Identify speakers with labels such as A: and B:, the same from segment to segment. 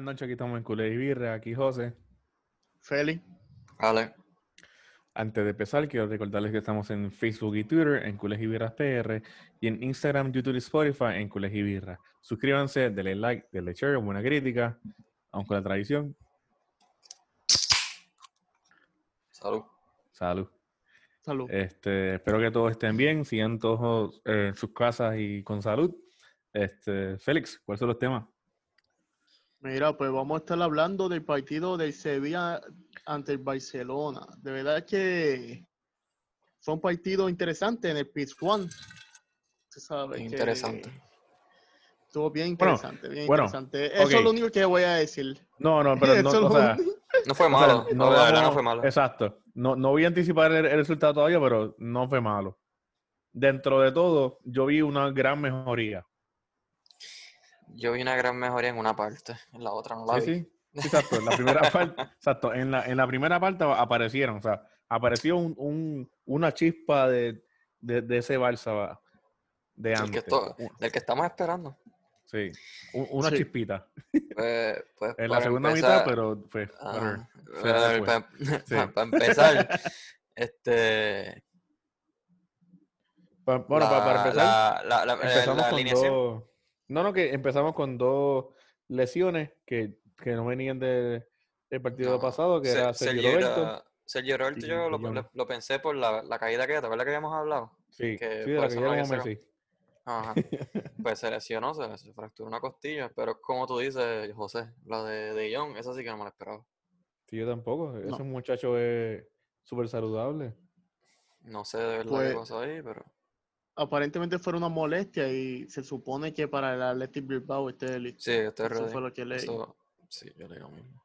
A: Moncho, aquí estamos en Culé y Birra, aquí José.
B: Feli.
C: Ale.
A: Antes de empezar, quiero recordarles que estamos en Facebook y Twitter, en Cules y Birras PR, y en Instagram, YouTube y Spotify, en Cules y Birras. Suscríbanse, denle like, denle share, buena crítica, aunque la tradición.
C: Salud.
A: Salud.
B: Salud.
C: Eh.
A: Este, espero que todos estén bien, sigan todos eh, en sus casas y con salud. Este, Félix, ¿cuáles son los temas?
B: Mira, pues vamos a estar hablando del partido del Sevilla ante el Barcelona. De verdad que fue un partido interesante en el Pizjuán. Se sabe que
C: Interesante.
B: Estuvo bien interesante, bien
A: bueno,
B: interesante. Eso
A: ok.
B: es lo único que voy a decir.
A: No, no, pero no,
B: Eso
A: o
B: lo
A: sea,
B: único.
C: No fue
A: o sea,
C: malo. no, la verdad no
A: vamos-
C: fue malo.
A: Exacto. No, no voy a anticipar el, el resultado todavía, pero no fue malo. Dentro de todo, yo vi una gran mejoría.
C: Yo vi una gran mejoría en una parte, en la otra no la
A: Sí,
C: vi.
A: sí. Sí, Exacto. En la primera parte, exacto. En la, en la primera parte aparecieron, o sea, apareció un, un- una chispa de, de, de ese Barça de
C: El que
A: antes.
C: to-
A: Un-
C: Del que estamos esperando.
A: Sí. Un- una
B: Sí.
A: chispita.
C: Pues, pues,
A: En la
C: para
A: segunda mitad,
C: empezar-
A: pero fue. whatever.
C: Ah,
A: será
C: eh,
A: después.
C: pa-
A: Sí.
C: pa- Para empezar, este,
A: Pa- bueno, pa-
C: la-
A: para empezar.
C: la, la- la- eh,
A: Empezamos
C: la
A: con
C: alineación.
A: dos. No, no, que empezamos con dos lesiones que, que no venían de- del partido
C: No,
A: pasado, que
C: Se-
A: era Sergio Roberto.
C: era- Sergio Roberto,
A: y
C: yo lo,
A: Bayona.
C: lo- lo pensé por la, la caída que, ¿te acuerdas que habíamos hablado?
A: sí,
C: que
A: sí, de
C: por
A: la
C: eso
A: que
C: no había
A: llamamos
C: sacado.
A: Messi.
C: Ajá. Pues se lesionó, se, se fracturó una costilla, pero como tú dices, José, la de, de Jong, esa sí que no me la esperaba.
A: Sí, yo tampoco.
B: No.
A: Ese muchacho es súper saludable.
C: No sé de verdad
B: Pues-
C: qué pasó ahí, pero
B: Aparentemente fue una molestia y se supone que para el Athletic Bilbao este esté listo.
C: sí, estoy
B: Eso
C: ready.
B: fue lo que leí.
C: Eso- sí, yo le digo mismo.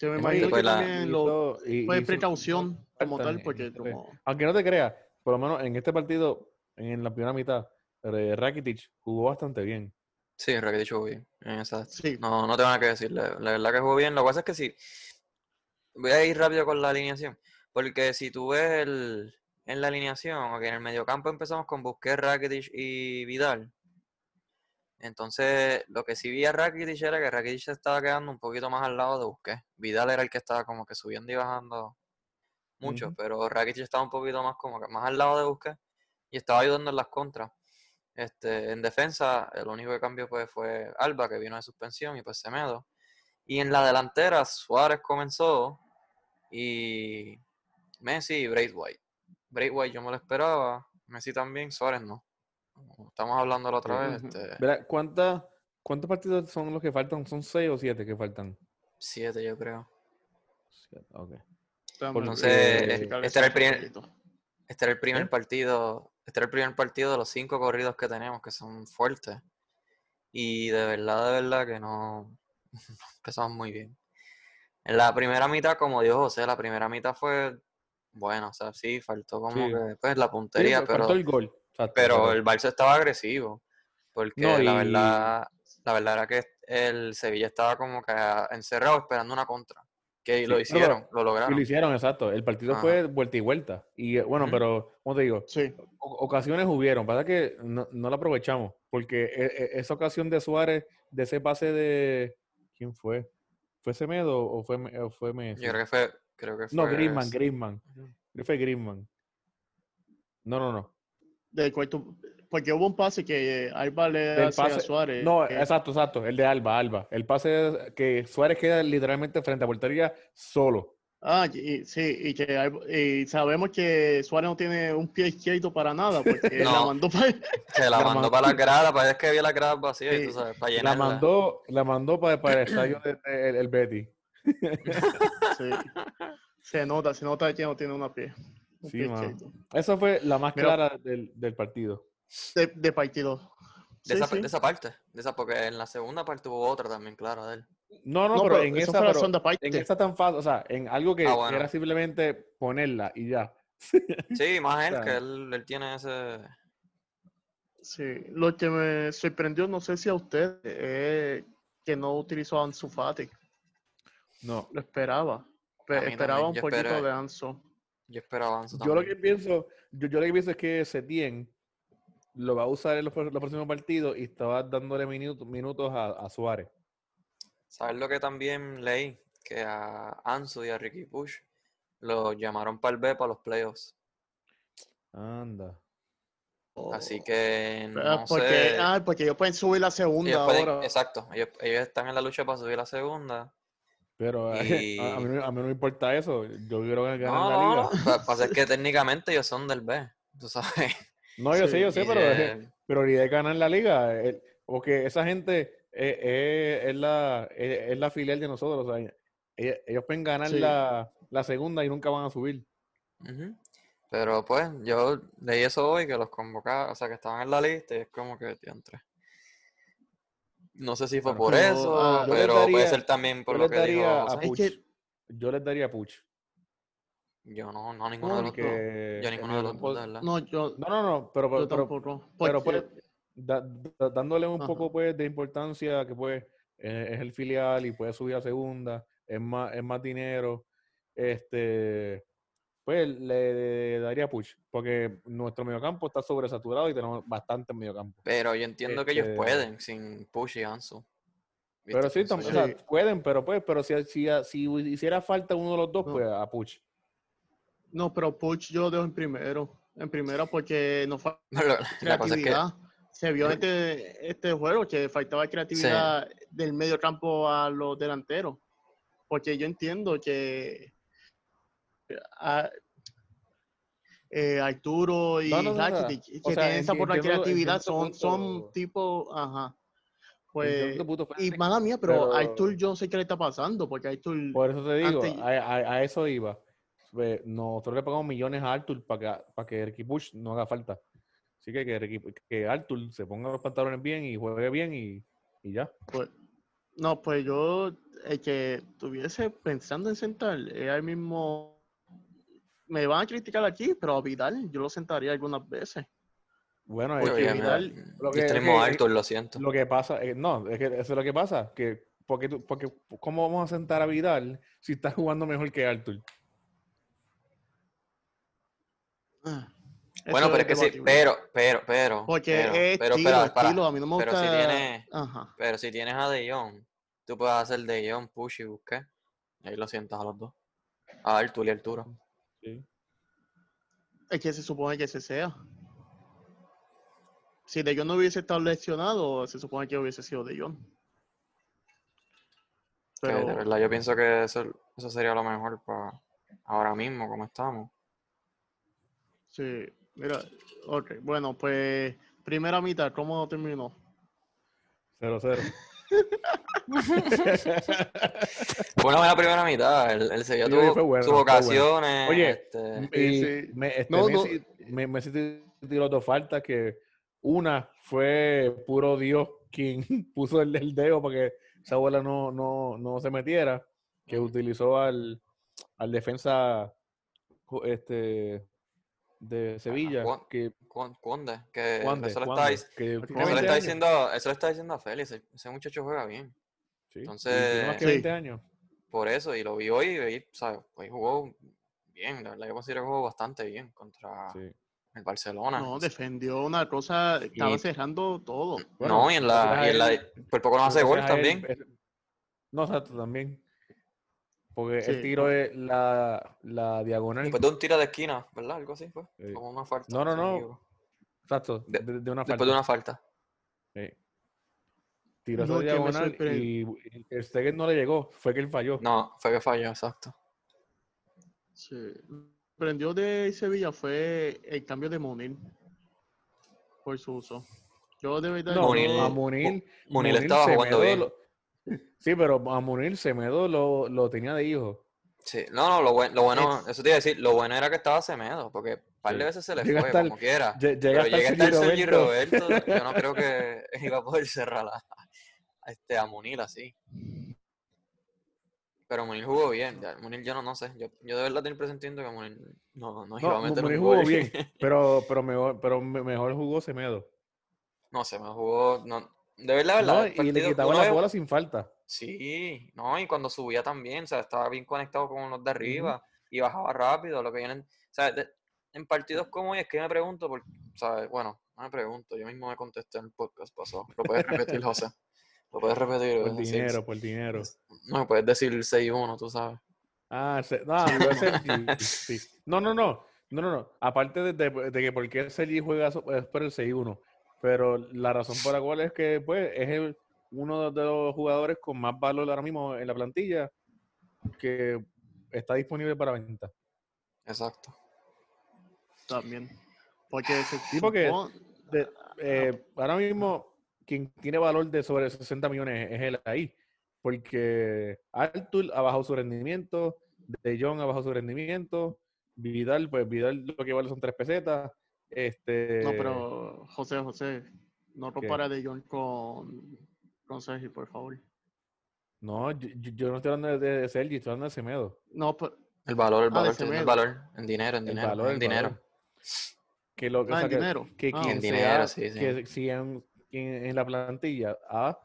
B: Yo me
C: Es
B: imagino
C: pues
B: que
C: la-
B: también lo
A: Hizo- y-
B: fue
A: hizo-
B: precaución como
A: falta
B: tal,
A: en-
B: porque
A: en-
B: como
A: Aunque no te creas, por lo menos en este partido, en la primera mitad, eh, Rakitic jugó bastante bien.
C: Sí, Rakitic jugó bien. En esa,
B: sí,
C: No, no tengo nada que decir. La, la verdad que jugó bien. Lo que pasa es que si. Voy a ir rápido con la alineación. Porque si tú ves el, en la alineación, ok, en el mediocampo empezamos con Busquets, Rakitic y Vidal. Entonces, lo que sí vi a Rakitic era que Rakitic se estaba quedando un poquito más al lado de Busquets. Vidal era el que estaba como que subiendo y bajando mucho,
A: Ujú.
C: pero Rakitic estaba un poquito más como que más al lado de Busquets y estaba ayudando en las contras. Este, en defensa, el único que cambió pues, fue Alba, que vino de suspensión, y pues Semedo. Y en la delantera, Suárez comenzó y Messi y Braithwaite. Braithwaite yo me lo esperaba, Messi también, Suárez no. Como Estamos hablando la otra
A: Sí.
C: vez,
B: Ujú.
C: este,
A: ¿Verdad? ¿Cuánta- ¿Cuántos partidos son los que faltan? ¿Son seis o siete que faltan?
C: siete yo creo.
A: Siete, ok.
B: estamos-
A: Entonces,
B: eh,
A: este
B: verificar
C: era
B: eso
C: el
B: un
C: primer-
B: poquito.
C: Este era el primer
A: ¿Eh?
C: partido, este era el primer partido de los cinco corridos que tenemos, que son fuertes. Y de verdad, de verdad que no empezamos muy bien. En la primera mitad, como dijo José, la primera mitad fue bueno, o sea, sí, faltó como
A: Sí.
C: que pues la
A: Sí,
C: puntería,
A: fa-
C: pero,
A: faltó el gol. exacto,
C: pero el Barça estaba agresivo. Porque
A: No,
C: la
A: y-
C: verdad, la verdad era que el Sevilla estaba como que encerrado esperando una contra. Que
A: Sí, no,
C: lo
A: pero-
C: hicieron, lo
A: Y
C: lograron.
A: lo hicieron, exacto. El partido
C: Ajá.
A: fue vuelta y vuelta. Y eh, bueno,
C: Ujú.
A: pero, como te digo,
B: Sí,
A: o- ocasiones hubieron. Pasa que no, no la aprovechamos. Porque e- e- esa ocasión de Suárez, de ese pase de. ¿Quién fue? ¿Fue Semedo o fue, Me- o fue Messi?
C: Yo creo que fue, creo que
A: No,
C: fue
A: Griezmann,
C: ese.
A: Griezmann.
C: Ujú.
A: Creo que fue Griezmann. No, no, no.
B: del cuarto, porque hubo un pase que eh, Alba le
A: Del
B: hace a
A: pase-
C: Eh,
B: Suárez.
A: No,
B: que-
A: exacto, exacto. El de Alba, Alba. El pase que Suárez queda literalmente frente a portería solo.
B: Ah, y, y- sí, y que Alba- y sabemos que Suárez no tiene un pie izquierdo para nada, porque él la
C: No.
B: mandó para
C: Se la
A: La
C: mandó
A: mandó.
C: para las gradas, parece que había las gradas vacías, y tú
B: Sí,
C: sabes, para
A: La
C: llenarla.
A: mandó, la mandó para, para el estadio del de, el- el Betis.
B: Sí. Se nota, se nota que no tiene una pie. un
A: Sí,
B: pie
A: mano.
B: izquierdo.
A: Esa fue la más
B: Mira.
A: clara del, del partido.
B: De, de partido.
C: De,
B: Sí,
C: esa,
B: sí.
C: de esa parte, de esa, porque en la segunda parte hubo otra también, claro, de él.
A: No, no,
B: No,
A: pero,
B: pero
A: en
B: eso
A: esa,
B: fue la
A: pero
B: segunda parte.
A: en esa tan fácil, o sea, en algo que
C: Ah, bueno.
A: era simplemente ponerla y ya.
C: Sí, más él,
A: sea,
C: que él, él tiene ese...
B: Sí. Lo que me sorprendió, no sé si a usted, es que no utilizó a Ansu Fati.
A: No.
B: Lo esperaba. Pe-
C: A mí
B: esperaba
C: también,
B: un
C: yo
B: poquito
C: esperé.
B: de Ansu.
C: Yo esperaba avanzo
A: Yo lo que
C: también.
A: pienso, yo, yo lo que pienso es que Setién lo va a usar en los, pro- los próximos partidos y estaba dándole minutos, minutos a, a Suárez.
C: ¿Sabes lo que también leí? Que a Ansu y a Ricky Push lo llamaron para el B para los playoffs.
A: Anda.
C: Así
B: Oh.
C: que
B: Pero
C: no
B: porque,
C: sé.
B: ah, porque ellos pueden subir la segunda
C: Ellos pueden-
B: ahora.
C: exacto, ellos, ellos están en la lucha para subir la segunda.
A: Pero eh, a, a mí, no- a mí no me importa eso. Yo quiero ganar
C: No,
A: la
C: no,
A: liga.
C: no. Lo que pasa es que técnicamente ellos son del B, tú sabes.
A: No, yo
B: Sí,
A: sé, yo sé,
C: Y
A: pero eh,
C: de-
A: prioridad es ganar la liga. el- porque esa gente eh, eh, es, la, eh, es la filial de nosotros. o sea, ellos, ellos pueden ganar
B: Sí.
A: la, la segunda y nunca van a subir.
C: Ujú. Pero pues, yo leí eso hoy que los convocaban, o sea, que estaban en la lista y es como que diantre. No sé si fue
A: Bueno,
C: por
B: yo-
C: eso,
B: ah,
A: yo les
C: pero puede
A: daría-
C: ser también por
A: yo
C: lo
A: les
C: que dijo
A: daría a
C: José.
B: Es
A: Puch.
B: que-
A: Yo les daría a Puch.
C: Yo no, no a ninguno de los dos.
A: porque
C: Yo a ninguno de
A: el
C: los dos, de
A: grupo-
C: verdad.
B: No, yo,
A: No, no, no, pero, pero,
B: yo
A: pero
B: tampoco.
A: pero
B: Porque-
A: puede- da- da- dándole un
B: Ajá.
A: poco pues de importancia que pues eh, es el filial y puede subir a segunda, es más, es más dinero, este pues le daría push, porque nuestro mediocampo está sobresaturado y tenemos bastante mediocampo.
C: Pero yo entiendo que ellos
A: Este-
C: pueden sin Push y Ansu. ¿Viste?
A: Pero sí,
C: Pienso
A: tam-
C: yo.
A: o sea,
B: Sí.
A: pueden, pero pues, pero si, si, si hiciera falta uno de los dos,
B: No.
A: pues a push.
B: No, pero Puch yo dejo en primero. En primero porque no falta
C: Pero lo- la cosa es que
B: creatividad. Se vio este, este juego que faltaba creatividad del medio campo a los delanteros. Porque yo entiendo que a- eh, Arturo y
A: No, no, no, no.
B: Rakitic,
A: O
B: que
A: sea,
B: tienen esa
A: enti-
B: por la
A: entiendo-
B: creatividad,
A: entiendo
B: son,
A: tu punto.
B: son tipo, ajá. Pues,
A: Entiendo tu punto,
B: y
A: Francis,
B: mala mía, pero,
A: pero- Pues
B: Artur yo no sé qué le está pasando, porque Artur,
A: Por eso te digo,
B: Antes-
A: a, a- a eso iba. Ve, Nosotros le pagamos millones a Arthur para que, a- pa' que Ricky Push no haga falta. Así que que, Ricky- que Arthur se ponga los pantalones bien y juegue bien y, y ya.
B: pues, no, pues yo, el que estuviese pensando en sentar, es ahí mismo, me van a criticar aquí, pero a Vidal yo lo sentaría algunas veces.
A: Bueno, es
C: yo
A: que-
C: ya me-
B: Vidal-
A: lo
C: yo
A: que-
C: estoy
A: ok,
C: muy
A: eh,
C: mm, alto, lo siento.
A: lo que pasa, eh, no, es que eso es lo que pasa, que porque, tú- porque ¿cómo vamos a sentar a Vidal si está jugando mejor que Arthur?
B: Ah, eso
C: Bueno, pero es que sí,
B: debatible.
C: pero, pero, pero,
B: Porque
C: pero,
B: es
C: pero,
B: estilo,
C: espera, para,
B: estilo, a mí no me
C: pero
B: gusta.
C: si tiene-
B: Ajá.
C: pero si tienes a De Jong, tú puedes hacer De Jong, Push y Busquets. Ahí lo sientas a los dos. A Artur y Arturo.
A: Sí.
B: Es que se supone que se sea. Si De Jong no hubiese estado lesionado, se supone que hubiese sido De Jong.
C: Que
B: Pero,
C: de verdad yo pienso que eso, eso sería lo mejor para ahora mismo, como estamos.
B: sí, mira, ok, bueno, pues, primera mitad, ¿cómo terminó?
A: 0-0.
C: Fue una buena primera mitad. El, el Sevilla
A: Sí,
C: tuvo
A: fue bueno,
C: sus
A: fue bueno.
C: ocasiones.
A: Oye, mm.
C: este,
A: Y
B: sí.
A: me, este,
B: No, no.
A: Messi, me- Messi ti- tiró dos faltas que una fue puro Dios quien puso el, el dedo para que esa bola no, no, no se metiera, que
C: Ujú.
A: utilizó al, al defensa jo- este, de Sevilla,
C: Juan-
A: que
C: Cuan- Conde, que
A: Juande,
C: eso, le está,
A: Juande,
C: dic-
A: que
B: Tiene
A: tiene
C: eso le
A: 20
C: está
A: años,
C: diciendo, eso le está diciendo a Félix. e- Ese muchacho juega bien.
A: sí, y tiene más
C: entonces-
A: que
B: Sí.
A: 20 años.
C: Por eso, y lo vi hoy, y, ¿sabes? Hoy jugó bien, la verdad, yo considero que jugó bastante bien contra
A: sí.
C: el Barcelona.
B: No,
C: o sea,
B: defendió una cosa, estaba
C: Y-
B: cerrando todo.
A: bueno,
C: no, y en la, y en la-
A: gracias
C: por poco no hace
A: Gracias
C: gol
A: a él,
C: también.
A: es- No, exacto, también. Porque el
B: Sí,
A: tiro es la, la diagonal.
C: Después de un tiro de esquina, ¿verdad? Algo así fue.
A: Sí.
C: Como una falta.
A: No, no,
C: si
A: no.
C: equivoco.
A: Exacto,
C: De-
A: de, de una
C: Después de
A: falta.
C: una falta.
A: sí. Tiró
B: Lo
A: esa
B: que me
A: diagonal
B: sorpre-
A: y el Stegen no le llegó, fue que él falló.
C: No, fue que falló, exacto.
B: Sí. Prendió de Sevilla fue el cambio de Munir por su uso. Yo de verdad.
A: No,
C: Munir-
A: a
B: yo-
A: Munir.
C: Munir estaba jugando
A: Semedo
C: bien.
A: lo- sí, pero a Munir Semedo lo, lo tenía de hijo.
C: Sí, no, no, lo, buen- lo bueno,
B: Es-
C: eso te iba a decir, lo bueno era que estaba Semedo, porque un par
A: Sí.
C: de veces se le
A: Llega
C: fue,
A: hasta el-
C: como quiera.
A: Lle- Llega
C: Ah, Pero
A: hasta
C: llegué hasta el eh, Sergi
A: Sergi Roberto.
C: Roberto, yo no creo que iba a poder cerrar a, a este, a Munir así. Pero Munir jugó bien, ya, Munir yo no, no sé, yo, yo de verdad estoy presentiendo que Munir no, no iba a
A: No,
C: meter
A: Munir
C: un
A: jugó
C: gol.
A: bien, pero, pero, mejor, pero me- mejor jugó Semedo.
C: No sé, me jugó, no, de verdad, de
A: No,
C: verdad, el
A: y le
C: partido-
A: quitaba
C: uno
A: la
C: ve-
A: bola sin falta.
C: Sí, no, y cuando subía también, o sea, estaba bien conectado con los de arriba y bajaba rápido, lo que vienen, o sea, de- en partidos como hoy es que me pregunto, por, o sea, bueno, no me pregunto, yo mismo me contesté en el podcast pasado, lo puedes repetir, José. Lo puedes repetir.
A: Por
C: ¿verdad? Sí,
A: dinero, por dinero.
C: No, puedes decir 6-1, tú sabes.
A: Ah, se- ah, lo de Sergi, sí. No, no, no. No, no, no. Aparte de, de- de que por qué Sergi juega so- es por el 6-1. Pero la razón por la cual es que pues, es el- uno de los jugadores con más valor ahora mismo en la plantilla que está disponible para venta.
C: Exacto.
B: También. Porque se
A: porque-
B: supone-
A: de- eh, ahora mismo, quien tiene valor de sobre 60 millones es él ahí. Porque Artur ha bajado su rendimiento, De Jong ha bajado su rendimiento, Vidal, pues Vidal lo que vale son tres pesetas. Este,
B: No, pero José, José, no
A: ¿Qué?
B: compara de John con, con Sergi, por favor.
A: no, yo, yo- yo no estoy hablando de, de Sergi, estoy hablando de Semedo.
B: No, pero
C: El valor, el
B: Ah, de
C: valor, estoy diciendo el valor. En dinero, en
A: El
C: dinero.
A: valor,
C: en
A: el
C: dinero.
A: valor. Que lo, o
B: ah,
A: sea,
B: en
A: que-
B: dinero.
A: que
B: Ah,
A: quien
C: En
A: sea-
C: dinero, sí, sí.
A: que si en, en- en la plantilla ha,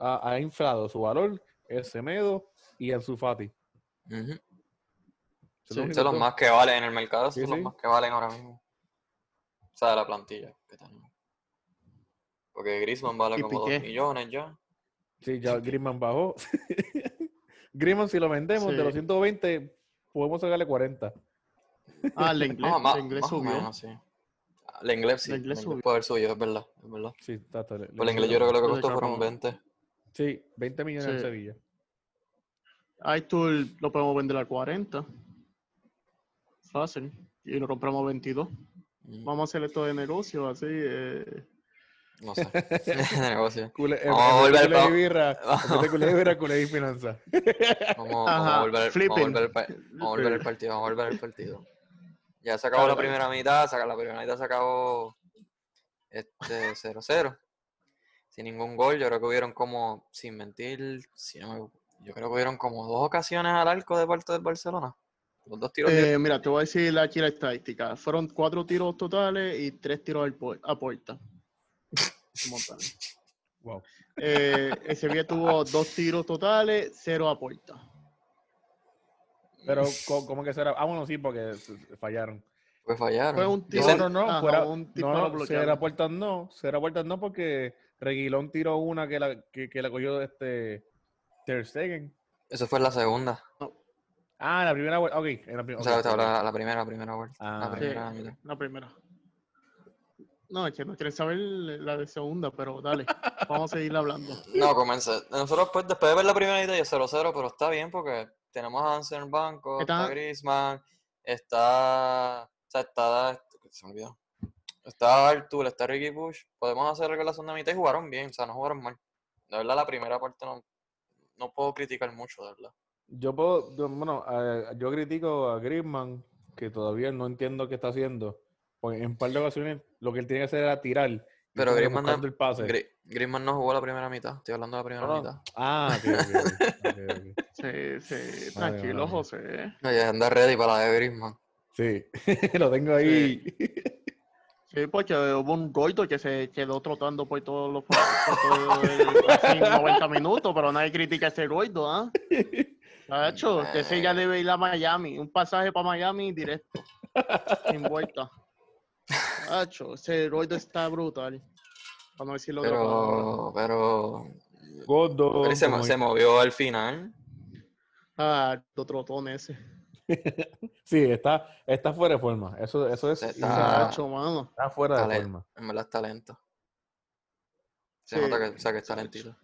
A: ha, ha inflado su valor es Semedo y Ansu Fati. Son
C: Ujú.
B: Sí,
A: únicos
C: Son los
A: dos.
C: más que valen en el mercado, son
A: Sí,
C: los
A: sí.
C: más que valen ahora mismo. O sea, de la plantilla que tenemos. Porque Griezmann vale
B: Y
C: como 2
B: Piqué.
C: millones ya.
A: Sí, ya Griezmann bajó. Griezmann, si lo vendemos, de los
B: Sí.
A: 120, podemos sacarle 40.
B: Ah, el inglés,
C: No, más,
B: el inglés
C: más o
B: subió.
C: menos, sí. Ah, El inglés sí.
B: El inglés subió.
C: Puede haber subido, es verdad, es verdad.
A: Sí, está, está, le-
C: Por
A: le
C: el inglés yo
A: subió.
C: creo que lo que
B: Yo le
C: costó fueron
B: capo.
C: 20.
A: Sí, 20 millones en
B: Sí.
A: Sevilla.
B: Ahí tú el- lo podemos vender a 40. Fácil. Y lo compramos a 22.
C: Mm,
B: Vamos a hacer esto de negocio, así. eh,
C: No sé. De negocio.
A: Cule, eh,
C: Vamos a
A: en vez de Culé
C: volver,
A: y
C: vamos.
A: birra, en vez de Culé y birra, Culé y finanzas.
C: Vamos, vamos a
B: Ajá,
C: volver, vamos a
B: flipping.
C: volver al pa- vamos a volver al
B: eh,
C: partido, vamos a volver al partido. Ya se acabó
B: Dale,
C: la
B: dale.
C: primera mitad, saca- la primera mitad se acabó este 0-0. Sin ningún gol, yo creo que hubieron como, sin mentir, si no me- yo creo que hubieron como dos ocasiones al arco de parte del Barcelona. Los dos tiros libres.
B: eh, mira, te voy a decir aquí la estadística. Fueron cuatro tiros totales y tres tiros al pu- a puerta. Como tal.
A: Wow.
B: Eh, el Sevilla tuvo dos tiros totales, cero a puerta.
A: Pero, ¿cómo, cómo que será? Ah, bueno, sí, porque se- se fallaron.
C: pues fallaron.
B: Fue un
C: Yo
B: tiro.
A: No,
C: sé-
A: no, no,
B: ajá,
A: fuera,
B: un disparo
A: no, no,
B: bloqueado.
A: será puertas no, será puertas no, porque Reguilón tiró una que la, que, que la cogió este Ter Stegen.
C: Eso fue en la segunda.
A: Ah, en la primera vuelta, ok, en la, pri-
C: O sea,
A: ok,
C: te
A: ok.
C: hablo de la primera, la primera vuelta.
A: Ah.
C: La
A: Sí.
C: primera mitad.
B: La primera. No, es que no quieren saber la de segunda, pero dale, vamos a seguir hablando.
C: No, comencé. Nosotros pues, después de ver la primera mitad ya 0-0, pero está bien porque tenemos a Hansen en el banco, está,
B: Está-
C: Griezmann, está... O sea, está... este, Se me olvidó. Está Artur, está Ricky Bush. Podemos hacer algo en la segunda mitad y jugaron bien, o sea, no jugaron mal. De verdad, la primera parte no, no puedo criticar mucho, de verdad.
A: Yo puedo, yo- bueno, a- yo critico a Griezmann, que todavía no entiendo qué está haciendo. Porque en un par de ocasiones lo que él tiene que hacer era tirar. y
C: Pero
A: como que
C: Griezmann no-
A: buscando el pase.
C: Gri- Griezmann no jugó la primera mitad, estoy hablando de la primera
A: No, no.
C: mitad.
A: Ah, ok, ok, ok, ok, ok.
B: Sí, sí,
A: Vale,
B: tranquilo,
A: vale.
B: José.
C: No, ya anda ready para la de Griezmann.
A: Sí, lo tengo ahí.
B: Sí, porque hubo un goito que se quedó trotando por todos los por todo el- así, 90 minutos, pero nadie critica ese goito, ¿ah?
C: Ah.
B: Nacho, que ese ya debe ir a Miami, un pasaje para Miami directo, sin vuelta. Nacho, ese goito está brutal. Para no decirlo otra palabra.
C: Pero... pero...
A: Gordo,
C: pero se, mo-
A: como-
C: se movió al final.
B: Ah, tu trotón ese.
A: Sí, está, está fuera de forma. Eso, eso es.
C: Está-
A: innegable.
B: Nacho, mano.
A: Está fuera de
C: Dale.
A: forma.
C: En verdad está lento. Se
B: Sí,
C: nota que, o sea, que está
B: exacto.
C: lentito.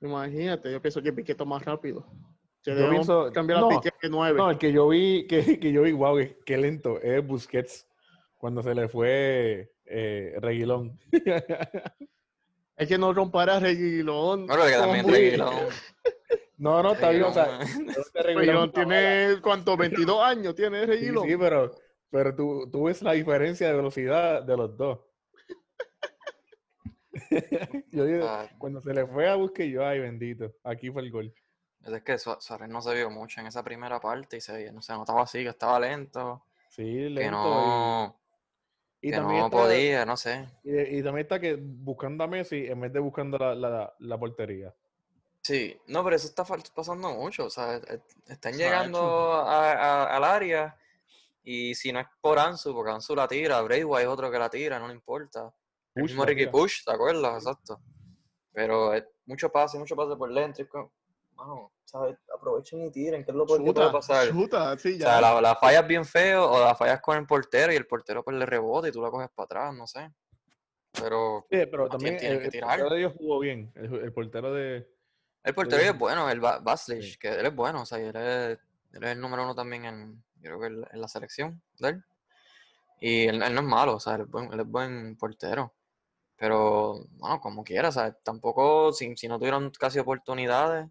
B: Imagínate, yo pienso que Piqué está más rápido. Que
A: Yo
B: debemos
A: pienso-
B: cambiar a
A: no,
B: Piqué de 9.
A: No, el que yo vi, que, que yo vi, wow, qué, qué lento, es Busquets. Cuando se le fue eh, Reguilón.
B: Es que no rompara a Reguilón.
C: Bueno, que
B: con
C: también
B: Busquets.
C: Reguilón.
A: No, no, está bien. O sea, eh.
C: Reguilón,
A: Pues
B: Reguilón tiene, ¿cuánto? 22 años tiene
A: Sí,
B: Reguilón.
A: sí, pero, pero tú, tú ves la diferencia de velocidad de los dos. yo digo,
C: Ah.
A: cuando se le fue a Busque, yo, ay, bendito, aquí fue el gol.
C: Es que Sua- Suárez no se vio mucho en esa primera parte y se, no se notaba así, que estaba lento.
A: Sí,
C: Que
A: lento.
C: no,
A: y, y
C: que
A: también
C: no
A: está,
C: podía, no sé.
A: y, y también está que buscando a Messi en vez de buscando la, la, la portería.
C: Sí, no, pero eso está fal- pasando mucho. O sea, e- están
B: Sacho.
C: llegando a- a- al área y si no es por Ansu, porque Ansu la tira, Brewa es otro que la tira, no le importa. El
A: Push,
C: mismo
A: la
C: Ricky
A: tira.
C: Push, ¿te acuerdas? Exacto. Pero eh, mucho pase, mucho pase por lento. es como, mano, ¿sabes? Aprovechen y tiren, que es lo peor que puede
B: Chuta,
C: pasar.
B: chuta, sí,
C: O
B: ya.
C: sea, la, la fallas bien feo o la fallas con el portero y el portero pues le rebota y tú la coges para atrás, no sé. Pero
A: Sí, pero
C: No,
A: también el,
C: tienen- tienen que
A: el
C: tirar.
A: portero de ellos jugó bien. El, el portero de.
C: el portero
A: bien.
C: es bueno, el Ba- Baslich,
A: Sí.
C: que él es bueno, o sea, y él es, él es el número uno también en, yo creo que en la- en la selección de él. Y él, él no es malo, o sea, él es buen, él es buen portero. Pero, bueno, como quiera, o sea, tampoco, si, si no tuvieron casi oportunidades.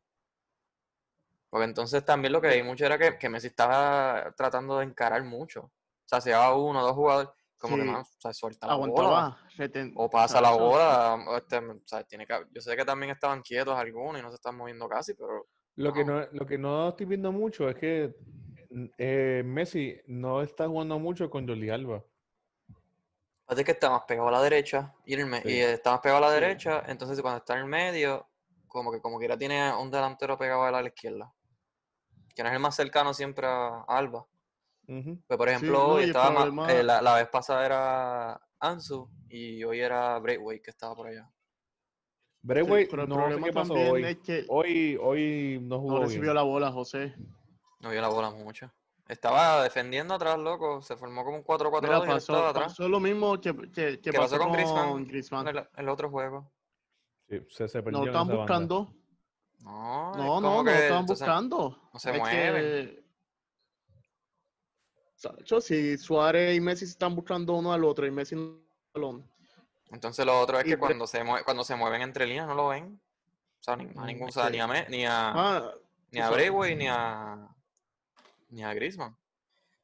C: Porque entonces también lo que leí mucho era que, que Messi estaba tratando de encarar mucho. O sea, se llevaba uno o dos jugadores, como que
B: Sí.
C: más, o sea, suelta la bola.
B: aguantaba. reten-
C: O pasa la
B: Chacho.
C: bola, o este, o sea, tiene que, yo sé que también estaban quietos algunos y no se están moviendo casi, pero
A: Lo que,
C: No.
A: no, lo que no estoy viendo mucho es que eh, Messi no está jugando mucho con Jordi Alba.
C: parece que está más pegado a la derecha y, en el me- y
A: Sí.
C: está más pegado a la
B: Sí.
C: derecha, entonces cuando está en el medio, como que como quiera tiene un delantero pegado a la izquierda, que no es el más cercano siempre a Alba.
A: Ujú.
C: Pues, por ejemplo,
B: no,
C: hoy
B: y el
C: estaba ma-
B: problema-
C: eh, la, la vez pasada era Ansu y hoy era Breakway que estaba por allá.
B: Sí,
A: Breway,
B: pero el
A: no sé
B: problema
A: qué pasó
B: también
A: hoy.
B: es que
C: Oh,
A: Hoy, hoy no jugó
B: no
A: bien.
B: recibió la bola, José.
C: No vio la bola mucho. Estaba defendiendo atrás, loco. Se formó como un 4-4-2
B: Mira,
C: y él estaba
B: pasó,
C: atrás.
B: pasó lo mismo que, que, que
C: ¿Qué
B: pasó
C: pasó con
B: con
C: Griezmann?
B: Griezmann.
C: en el, el otro juego.
A: Sí, se, se perdió
B: No
A: en
B: están
A: esa banda.
B: buscando.
C: No, es
B: No,
C: como
B: no, no
C: que
B: están
C: entonces-
B: buscando.
C: no se
B: Es
C: mueven.
B: que- Sacho, si Suárez y Messi se están buscando uno al otro y Messi no tiene el balón.
C: Entonces lo otro es
B: Y
C: que
B: Bre-
C: cuando se, mue- cuando se mueven entre líneas no lo ven. O sea, ni, a
A: Mm,
C: ningún, o sea, ni a, Me- ni a,
B: Ah,
C: ni a
B: tú sabes.
C: Breitway, ni a, ni a Griezmann.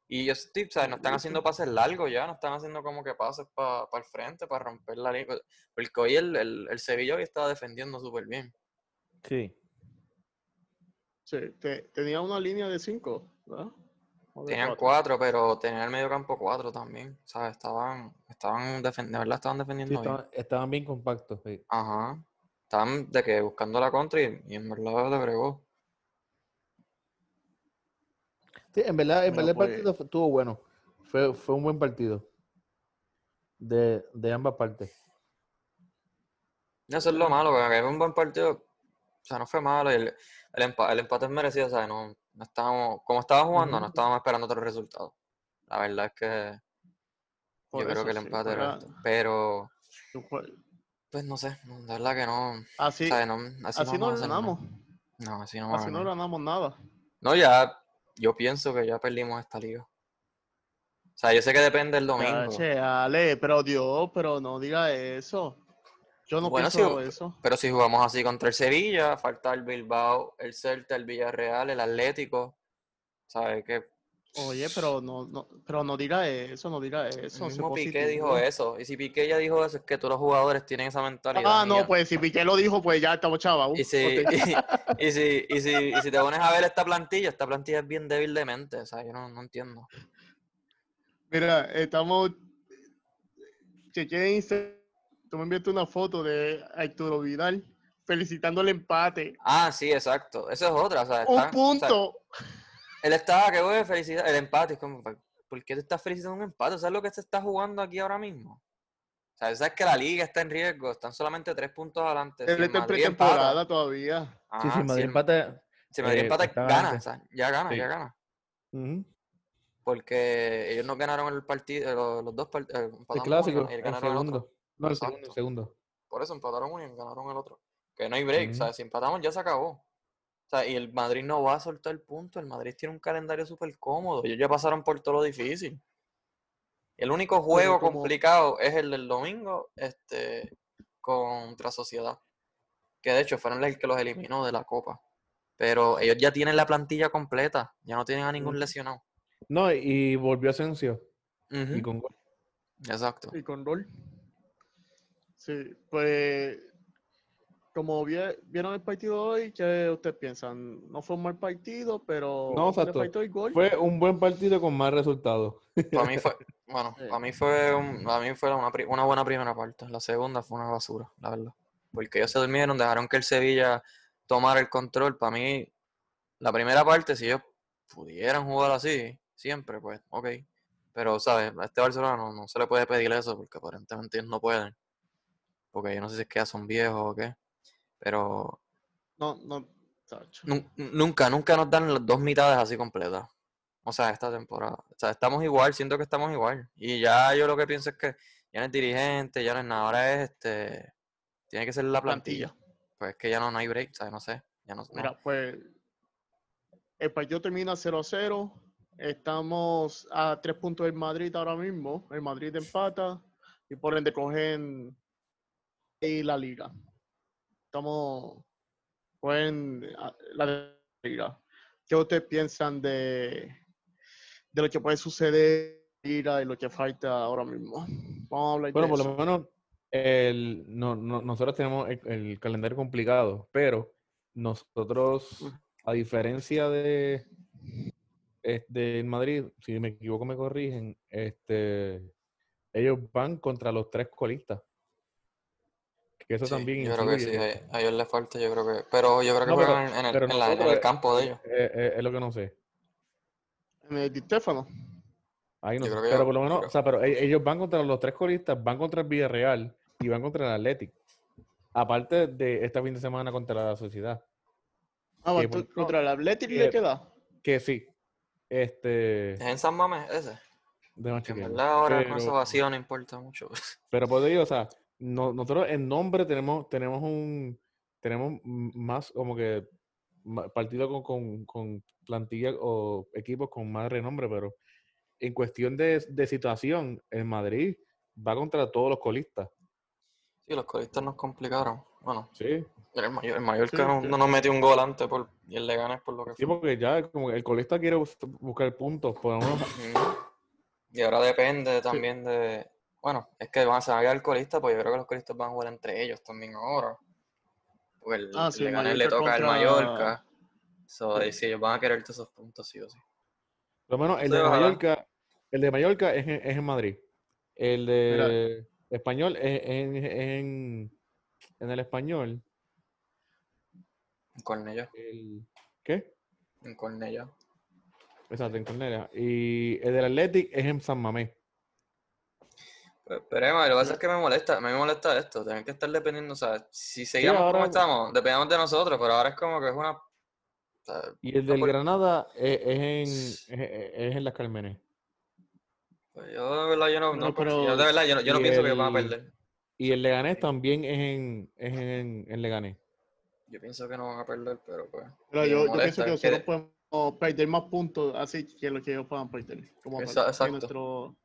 C: Y ellos, tip, ¿sabes? No
B: Ni a
C: están haciendo
B: Griezmann.
C: pases largos ya, no están haciendo como que pases para el frente, para romper la línea. Porque hoy el, el, el Sevilla hoy estaba defendiendo súper bien.
A: Sí.
B: Sí, te- tenía una línea de cinco, ¿verdad? O de
C: Tenían
B: cuatro.
C: cuatro, pero tenían el medio campo cuatro también. ¿Sabes? Estaban, estaban defen- de verdad estaban
A: Sí,
C: defendiendo bien.
A: estaban, estaban bien compactos. sí.
C: Ajá. Estaban de que buscando la contra y, y en verdad le bregó.
A: Sí, en verdad, en
B: Mira,
A: verdad el
B: pues.
A: partido fue- estuvo bueno. Fue, fue un buen partido. De, de ambas partes.
C: Eso es lo malo, que es un buen partido. O sea, no fue malo. y El, el, empa- el empate es merecido, o sea, no, no estábamos, como estaba jugando,
A: Ujú.
C: no estábamos esperando otro resultado. La verdad es que
B: Por
C: yo creo
B: eso,
C: que el
B: si
C: empate era
B: fuera-
C: esto. Pero,
B: si fuera-
C: pues no sé, no, la verdad que no.
B: Así,
C: ¿sabes? No, así no
B: así no
C: vamos a hacer nada.
B: ganamos.
C: No, así no vamos a
B: Así no
C: ganar.
B: ganamos nada.
C: No, ya, yo pienso que ya perdimos esta liga. O sea, yo sé que depende el domingo.
B: Che, Ale, pero Dios, pero no diga eso. Yo no
C: Bueno,
B: pienso
C: si-
B: eso.
C: Pero si jugamos así contra el Sevilla, falta el Bilbao, el Celta, el Villarreal, el Atlético. ¿Sabes qué?
B: Oye, pero no, no, pero no diga eso, no diga eso.
C: El
B: sé
C: mismo Piqué
B: positivo.
C: dijo eso. Y si Piqué ya dijo eso, es que todos los jugadores tienen esa mentalidad.
B: Ah,
C: y
B: no,
C: ya.
B: pues si Piqué lo dijo, pues ya estamos chava.
C: Y si, y, si, y, si, y si te pones a ver esta plantilla, esta plantilla es bien débil de mente. O sea, yo no, no entiendo.
B: Mira, estamos. Chequé Instagram. Tú me enviaste una foto de Arturo Vidal felicitando el empate.
C: Ah, sí, exacto. Eso es otra. O sea,
B: Un
C: están- o sea,
B: punto.
C: él estaba que voy a felicitar el empate. Es como, "Pa- ¿por qué te estás felicitando un empate? ¿Sabes lo que se está jugando aquí ahora mismo? O sea, sabes que la liga está en riesgo, están solamente tres puntos adelante.
B: Él
C: Si el
B: está en
C: Madrid empata,
B: pretemporada todavía.
A: sí, sí,
C: ajá, si
A: Madrid
C: Ah, el-
A: empata.
C: si el Madrid
A: eh,
C: empata,
A: está
C: gana,
A: adelante.
C: o sea, ya gana,
A: Sí.
C: ya gana.
A: Ujú.
C: Porque ellos no ganaron el partido, los, dos partidos,
A: El
C: empataron uno y
A: clásico,
C: gan- y
A: el
C: ganaron el otro.
A: segundo. No, el segundo, el
C: Exacto.
A: segundo.
C: Por eso empataron uno y ganaron el otro. Que no hay break, o sea,
A: Ujú.
C: si empatamos ya se acabó. O sea, y el Madrid no va a soltar el punto, el Madrid tiene un calendario súper cómodo, ellos ya pasaron por todo lo difícil. El único juego
B: como-
C: complicado es el del domingo, este, contra Sociedad. Que de hecho fueron el que los eliminó de la Copa. Pero ellos ya tienen la plantilla completa, ya no tienen a ningún
A: Ujú.
C: lesionado.
A: No, y volvió Asensio. Y
C: Ujú,
A: con gol.
C: Exacto.
B: Y con rol. Sí, pues como vie- vieron el partido hoy, ¿qué ustedes piensan? No fue un mal partido, pero
A: No,
B: le
A: exacto.
B: faltó el gol.
A: Fue un buen partido con más resultados.
C: Para mí fue, bueno,
B: Sí.
C: para mí fue, un- pa' mí fue una, pri- una buena primera parte. La segunda fue una basura, la verdad. Porque ellos se durmieron, dejaron que el Sevilla tomara el control. Para mí, la primera parte, si ellos pudieran jugar así, siempre, pues, ok. Pero, ¿sabes? A este Barcelona no, no se le puede pedir eso porque aparentemente ellos no pueden. Porque yo no sé si es que ya son viejos o qué. Pero
B: No, no, tacho.
C: nun- nunca, nunca nos dan las dos mitades así completas. O sea, esta temporada. O sea, estamos igual, siento que estamos igual. Y ya yo lo que pienso es que ya no es dirigente, ya no es nada, ahora es este. Tiene que ser la plantilla. Pues es que ya no, no hay break, ¿sabes? No sé. Ya no, no.
B: Mira, pues el partido termina 0 a 0. Estamos a tres puntos del Madrid ahora mismo. El Madrid empata y por ende cogen y la liga. Estamos cogen a- la liga. ¿Qué ustedes piensan de, de lo que puede suceder en la liga y lo que falta ahora mismo? Vamos a hablar
A: Bueno,
B: de
A: por
B: eso.
A: lo menos el- no- no- nosotros tenemos el, el calendario complicado, pero nosotros, a diferencia de eh, del Madrid, si me equivoco me corrigen, este, ellos van contra los tres colistas. Que eso
C: Sí,
A: también
C: yo creo que sí, eh,
A: influye. eh,
C: a- a ellos les falta, yo creo que. Pero yo creo que
A: No, pero-
C: juegan en el,
A: pero
C: en la- en
A: nosotros-
C: el campo de ellos.
A: Eh, eh, es lo que no sé.
B: En el Eh, Di Stéfano.
A: Ahí no sé.
C: Yo creo que
A: Pero
C: yo-
A: por lo menos,
C: creo-
A: o sea, pero e- ellos van contra los tres colistas, van contra el Villarreal y van contra el Athletic. Aparte de este fin de semana contra la Sociedad.
B: Ah,
A: Sí,
B: va
A: por-
B: contra el Atlético y
A: eh,
B: le queda.
A: Que sí. Este.
C: Es en San Mamés ese.
A: déjame
C: Que Eh, en
A: chequear,
C: verdad ahora con
A: pero,
C: ese vacío no importa mucho.
A: Pero por ello, o sea, no- nosotros en nombre tenemos, tenemos un. Tenemos m- más como que ma- partido con, con, con plantilla o equipos con más renombre, pero en cuestión de, de situación, el Madrid va contra todos los colistas.
C: Sí, los colistas nos complicaron. Bueno,
A: Sí.
C: el mayor, el mayor
B: Sí,
C: que no,
B: sí.
C: no nos metió un gol antes por, y el Leganés por lo que
A: Sí,
C: fue.
A: porque ya como que el colista quiere bus- buscar puntos, por lo menos
C: Ujú. Y ahora depende también de. Bueno, es que van a salir al colista, pues yo creo que los colistas van a jugar entre ellos también ahora. Porque el,
B: Ah,
C: el
B: sí, el
C: Leganés le
B: Mallorca
C: toca al
B: contra-
C: Mallorca. So,
B: Sí.
C: y si ellos van a querer todos esos puntos, sí o sí.
A: Por lo menos el
C: Sí,
A: de
C: ojalá.
A: Mallorca, el de Mallorca es en, es en Madrid. El de español es, es en, es en, en el español.
C: En Cornellá.
A: El, ¿Qué?
C: En Cornellá.
A: Exacto, en Cornelia. Y el del Athletic es en San Mamés.
C: Pues Esperemos, lo que pasa es que me molesta, a mí me molesta esto, tener que estar dependiendo, o sea, si seguíamos como
A: ahora-
C: estamos, dependemos de nosotros, pero ahora es como que es una... o sea,
A: Y el del
C: Ah, por-
A: Granada es, es en, es, es- es en Las Carmenes.
C: pues yo de verdad yo no,
B: No,
C: no confío,
B: pero-
C: de verdad yo no, yo no
A: y
C: pienso que van a
A: el-
C: perder,
A: Y el Leganés
C: Sí.
A: también es en, es en, en Leganés.
C: yo pienso que no van a perder, pero pues...
B: Pero
C: me
B: yo, yo
C: molesta,
B: pienso que
C: que-
B: nosotros podemos perder más puntos así que lo que ellos puedan perder. Como
C: Esa-
B: tal, que
C: exacto.
B: nuestro-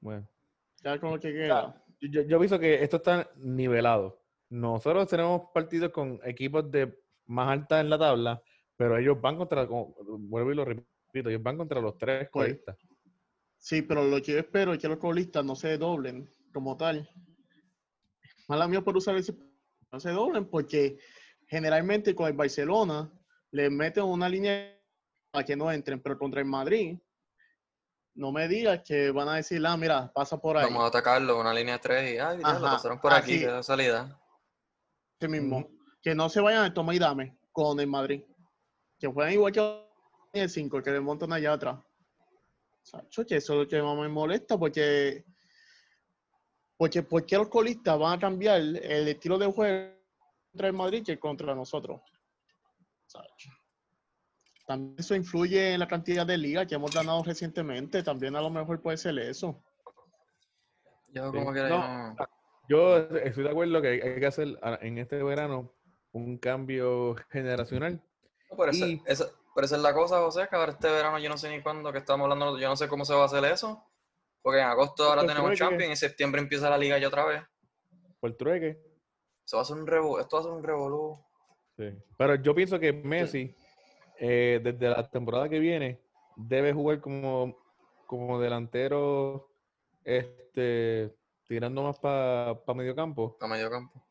A: Bueno.
B: ya con lo que queda.
A: Yo, yo, yo pienso que esto está nivelado. Nosotros tenemos partidos con equipos de más alta en la tabla, pero ellos van contra, como- vuelvo y lo repito, ellos van contra los tres
B: Pues,
A: colistas.
B: Sí, pero lo que yo espero es que los colistas no se doblen como tal. Mala mía por usar ese... No se doblen porque generalmente con el Barcelona le meten una línea a que no entren, pero contra el Madrid no me digas que van a decir, ah, mira, pasa por ahí.
C: Vamos a atacarlo, una línea de tres y, ay, mira, lo
B: Ajá,
C: pasaron por aquí,
B: así.
C: que da salida.
B: Este mismo. Que no se vayan a tomar y dame con el Madrid. Que jueguen igual que el 5, que le montan allá atrás. Sacho, que eso es lo que más me molesta porque. Porque, ¿por qué los colistas van a cambiar el estilo de juego contra el Madrid que contra nosotros? Sacho. También eso influye en la cantidad de ligas que hemos ganado recientemente. También a lo mejor puede ser eso.
C: Yo
A: Sí.
C: como que
A: No,
C: no...
A: Yo estoy de acuerdo que hay, hay que hacer a- en este verano un cambio generacional.
C: No, pero, esa,
A: Y-
C: esa- pero esa es la cosa, José, que ahora este verano yo no sé ni cuándo que estamos hablando, yo no sé cómo se va a hacer eso, porque en agosto ahora
A: Pues
C: tenemos
A: creo que-
C: Champions y en septiembre empieza la liga ya otra vez.
A: Por trueque.
C: Eso va a ser un revo, esto va a ser un revolú.
A: Sí. Pero yo pienso que Messi, eh, desde la temporada que viene, debe jugar como, como delantero, este, tirando más para medio campo.
C: a medio campo.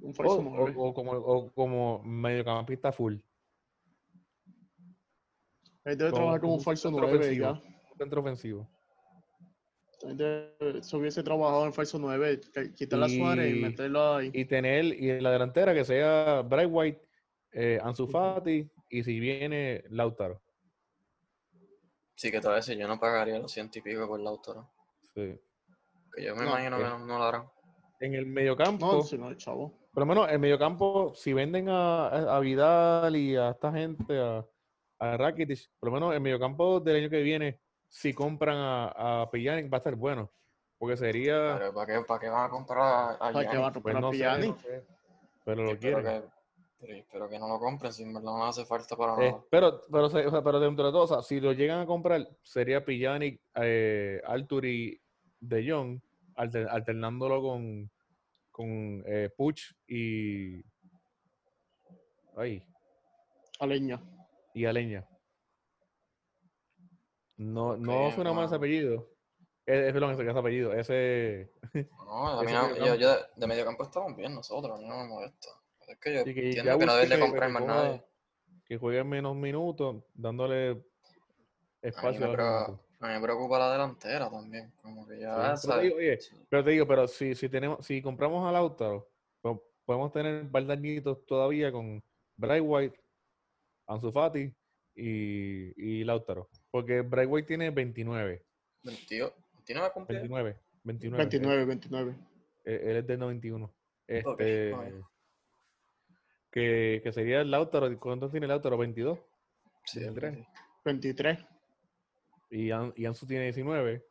B: Un
A: O,
B: falso
A: o-
B: nueve.
A: o como, o como mediocampista full,
B: Él debe
A: con- con
B: trabajar como un
A: un
B: falso
A: centro
B: 9
A: ofensivo.
B: ya.
A: centro ofensivo.
B: Entonces, si hubiese trabajado en falso 9, quitar la Suárez y
A: Y-
B: meterlo ahí.
A: Y tener, y en la delantera que sea Bright White, eh, Ansu Fati, y si viene Lautaro.
C: Sí, que todavía si yo no pagaría los ciento y pico por la autora.
A: Sí.
C: Que yo me
B: No,
C: imagino que
A: eh.
C: no, no lo harán.
A: En el mediocampo.
B: No, si no, chavo.
A: Por lo menos en mediocampo, si venden a, a Vidal y a esta gente, a, a Rakitic, por lo menos en mediocampo del año que viene, si compran a, a Pjanic, va a estar bueno. Porque sería.
C: Pero ¿para qué, para qué van a comprar a, a
B: ¿Para qué
C: Giannis?
B: van
A: pues
B: a comprar
A: no
B: a
A: sé,
B: Pjanic?
A: no sé. pero
C: Yo
A: lo
C: espero
A: quieren.
C: que, pero yo espero que no lo compren, si en verdad no hace falta para
A: Eh,
C: nada.
A: pero, pero, se- o sea, pero dentro de todo, o sea, si lo llegan a comprar, sería Pjanic, eh, Arthur y De Jong, alter- alternándolo con, con eh, Puch y. Ay,
B: Aleña.
A: y Aleña. No, no
C: Ok,
A: suena mal ese
C: bueno.
A: apellido. Eh, eh, perdón, ese, ese apellido. Ese.
C: No, a mí
A: ese
C: no-
A: medio
C: yo, yo de, de medio campo estamos bien nosotros, a mí no me molesta. Pero Es que yo
A: y que ya
C: entiendo que no
A: busqué
C: deben de
A: que- que
C: comprar más
A: coja-
C: nadie.
A: Que juegue menos minutos, dándole
C: A mí,
A: espacio
C: me
A: a los
C: preocupa,
A: minutos.
C: a mí me preocupa la delantera también. Como que
A: Sí,
C: ya,
A: pero te
C: ¿sabes?
A: digo, oye,
C: Sí.
A: Pero te digo, pero si, si tenemos, si compramos a Lautaro, po- podemos tener baldañitos todavía con Bray White, Ansu Fati y, y Lautaro. Porque Bray White tiene 29.
C: 22, 29 cumplió.
A: 29. 29.
B: 29, 29.
A: Él, Eh, él es del 91. Este,
C: Ok, ok.
A: que, que sería el Lautaro. ¿Cuántos tiene Lautaro? 22.
C: Sí, algo
A: 23.
C: así.
B: 23,
A: Y, An- y Ansu tiene 19.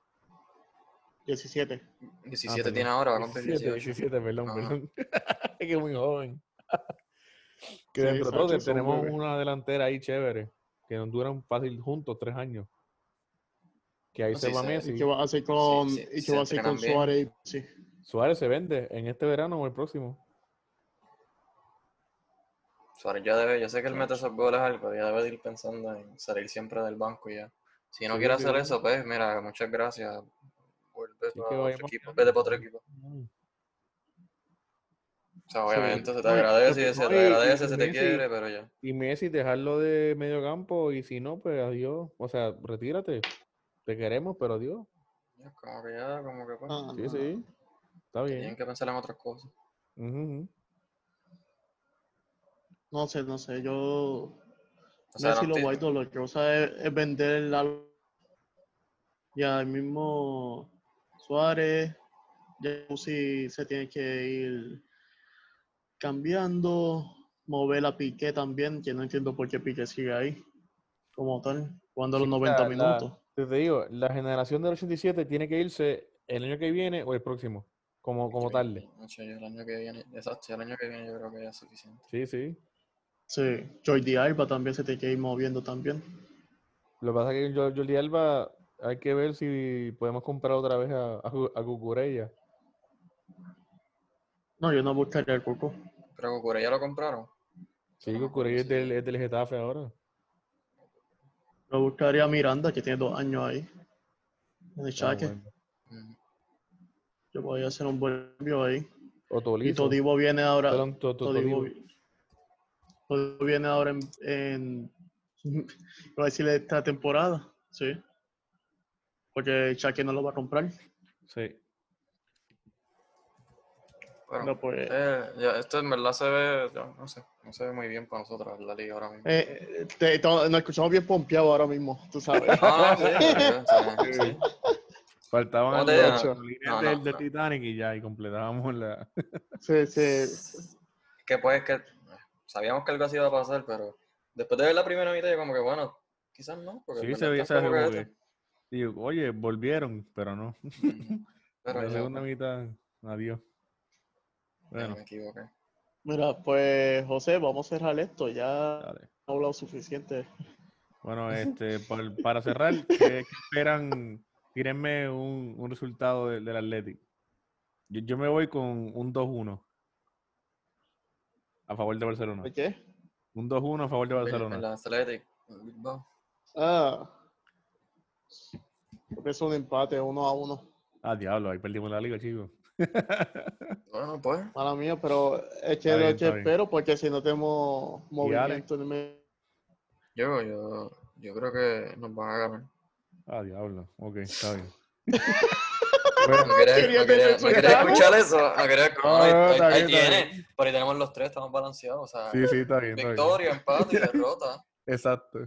B: 17.
C: 17
A: Ah, perdón.
C: tiene ahora, va a cumplir
A: 17,
C: 18.
A: 17, perdón,
C: Ajá.
A: perdón. es que es muy joven. Que
B: Sí,
A: dentro de todo
B: exacto, son
A: tenemos
B: bebés.
A: una delantera ahí chévere, que nos duran fácil juntos tres años. Que ahí
C: No,
A: se
C: sí,
A: va
C: se-
A: Messi.
B: ¿Y qué va a hacer con,
C: Sí, sí,
B: y qué
C: se
B: va a hacer con
C: entrenan bien.
B: Suárez? Sí.
A: Suárez se vende en este verano o el próximo.
C: Suárez ya debe, yo sé que él mete esos goles algo, pero ya debe de ir pensando en salir siempre del banco y ya. Si no
A: Sí,
C: quiere
A: sí,
C: hacer
A: sí.
C: eso, pues mira, muchas gracias. Vuelve
A: Así
C: para
A: que
C: otro
A: vayamos
C: equipo,
A: ganando.
C: vete para otro equipo.
B: Mm.
C: O sea,
B: Sí.
C: obviamente se te
A: No, y-
C: agradece,
A: no,
C: se te
A: y- y
C: agradece, se te
A: Messi-
C: quiere, pero ya.
A: Y Messi, dejarlo de medio campo y si no, pues adiós. O sea, retírate. Te queremos, pero adiós.
C: Ya, Como que ya, como que pues,
B: Ah,
A: Sí,
B: no,
A: sí. Está
C: tienen
A: bien.
C: que pensar en otras cosas.
A: Ujú, ujú.
B: No sé, no sé. Yo.
C: O sea,
B: Messi
C: no
B: lo
C: te-
B: guardo, lo que usa es, es vender la. Ya el mismo Suárez. Ya si se tiene que ir cambiando. Mover a Piqué también, que no entiendo por qué Piqué sigue ahí. Como tal, jugando los
A: Sí,
B: 90
A: la- la-
B: minutos.
A: Te te digo, la generación del 87 tiene que irse el año que viene o el próximo, como, como
C: Sí,
A: tarde.
C: no sé, yo el año que viene, exacto, yo el año que viene yo creo que ya es suficiente.
A: Sí, sí.
B: Sí, Jordi Alba también se tiene que ir moviendo también.
A: Lo que pasa es que yo Jordi Alba hay que ver si podemos comprar otra vez a, a, Cu- a Cucurella.
B: No, yo no buscaría el Cuco.
C: Pero Cucurella ya lo compraron.
A: Sí,
C: no me
A: Cucurella es
C: acuerdo, Ah, sí.
A: del, es del Getafe ahora.
B: Yo buscaría a Miranda, que tiene dos años ahí. En
A: Ah,
B: el Chaque.
A: bueno.
C: Ujú.
B: Yo podría hacer un buen cambio ahí.
A: O
B: Y
A: Tolizo.
B: Todibo viene ahora.
A: Perdón, to- to-
B: Todibo,
A: Todibo.
B: vi- Todibo viene ahora en. en iba a decirle esta temporada. Sí. Porque el Chaque no lo va a comprar.
A: Sí.
C: Pero,
B: No, pues,
C: eh, ya, esto en verdad se ve, ya, no sé, no se ve muy bien para nosotros la liga ahora mismo.
B: Eh, te- to- nos escuchamos bien pompeados ahora mismo, tú sabes.
A: Ah,
C: No, no, Ah, sí, pero, o sea, sí.
A: Faltaban
C: No
A: los
C: te-
A: ocho.
C: no,
A: del,
C: no,
A: del
C: no.
A: Titanic y ya, y completábamos la.
B: sí, sí.
C: que pues que sabíamos que algo así iba a pasar, pero después de ver la primera mitad yo como que bueno, quizás no, porque en
A: Sí,
C: verdad
A: se veía
C: están
A: como
C: como que
A: que- digo, oye, volvieron, pero no.
C: esto. Ujú. Pero
A: la
C: ya,
A: segunda
C: pues,
A: mitad, adiós.
C: ya
A: Bueno,
C: me equivoqué.
B: Mira, pues, José, vamos a cerrar esto. Ya he
A: dale.
B: hablado suficiente.
A: Bueno, este, por- para cerrar, ¿qué, qué esperan? Tírenme un, un resultado de- del Athletic. Yo, yo me voy con un 2-1 a favor de Barcelona.
B: ¿Por qué?
A: Un 2-1 a favor de
C: El,
A: Barcelona.
C: el Athletic, el Bilbao.
B: Ah. Es un empate, uno a uno.
A: Ah, diablo, ahí perdimos la liga, chicos.
C: Bueno, pues,
B: Mala mía, pero es
A: Está
B: que es
A: bien,
B: lo que
A: está bien.
B: espero, porque si no tenemos
A: Dale.
B: movimiento en el medio.
C: yo, yo, yo creo que nos van a ganar.
A: Ah, diablo. Ok, está bien.
C: No quería,
B: Quería que se
C: no quería- no quería
B: escuchara.
C: escuchar eso. No quería,
A: No,
C: ahí,
A: no,
C: ahí-
A: está
C: ahí
A: bien, está
C: tiene. Por ahí tenemos los tres, estamos balanceados. O sea,
A: Sí, sí, está bien. está bien.
C: victoria, empate y derrota.
A: Exacto.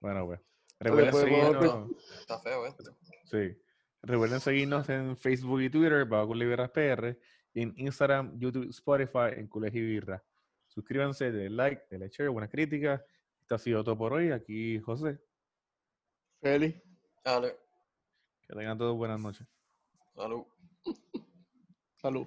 A: Bueno, pues. Recuerden
B: podemos-
A: seguirnos.
C: Está feo esto.
A: Sí. Recuerden seguirnos en Facebook y Twitter, bajo Culebirras PR, y en Instagram, YouTube, Spotify, en Colegio Birra. Suscríbanse, denle like, denle share, buenas críticas. Esto ha sido todo por hoy. Aquí José.
B: Feliz.
C: Dale,
A: Que tengan todos buenas noches.
C: salud.
B: Salud.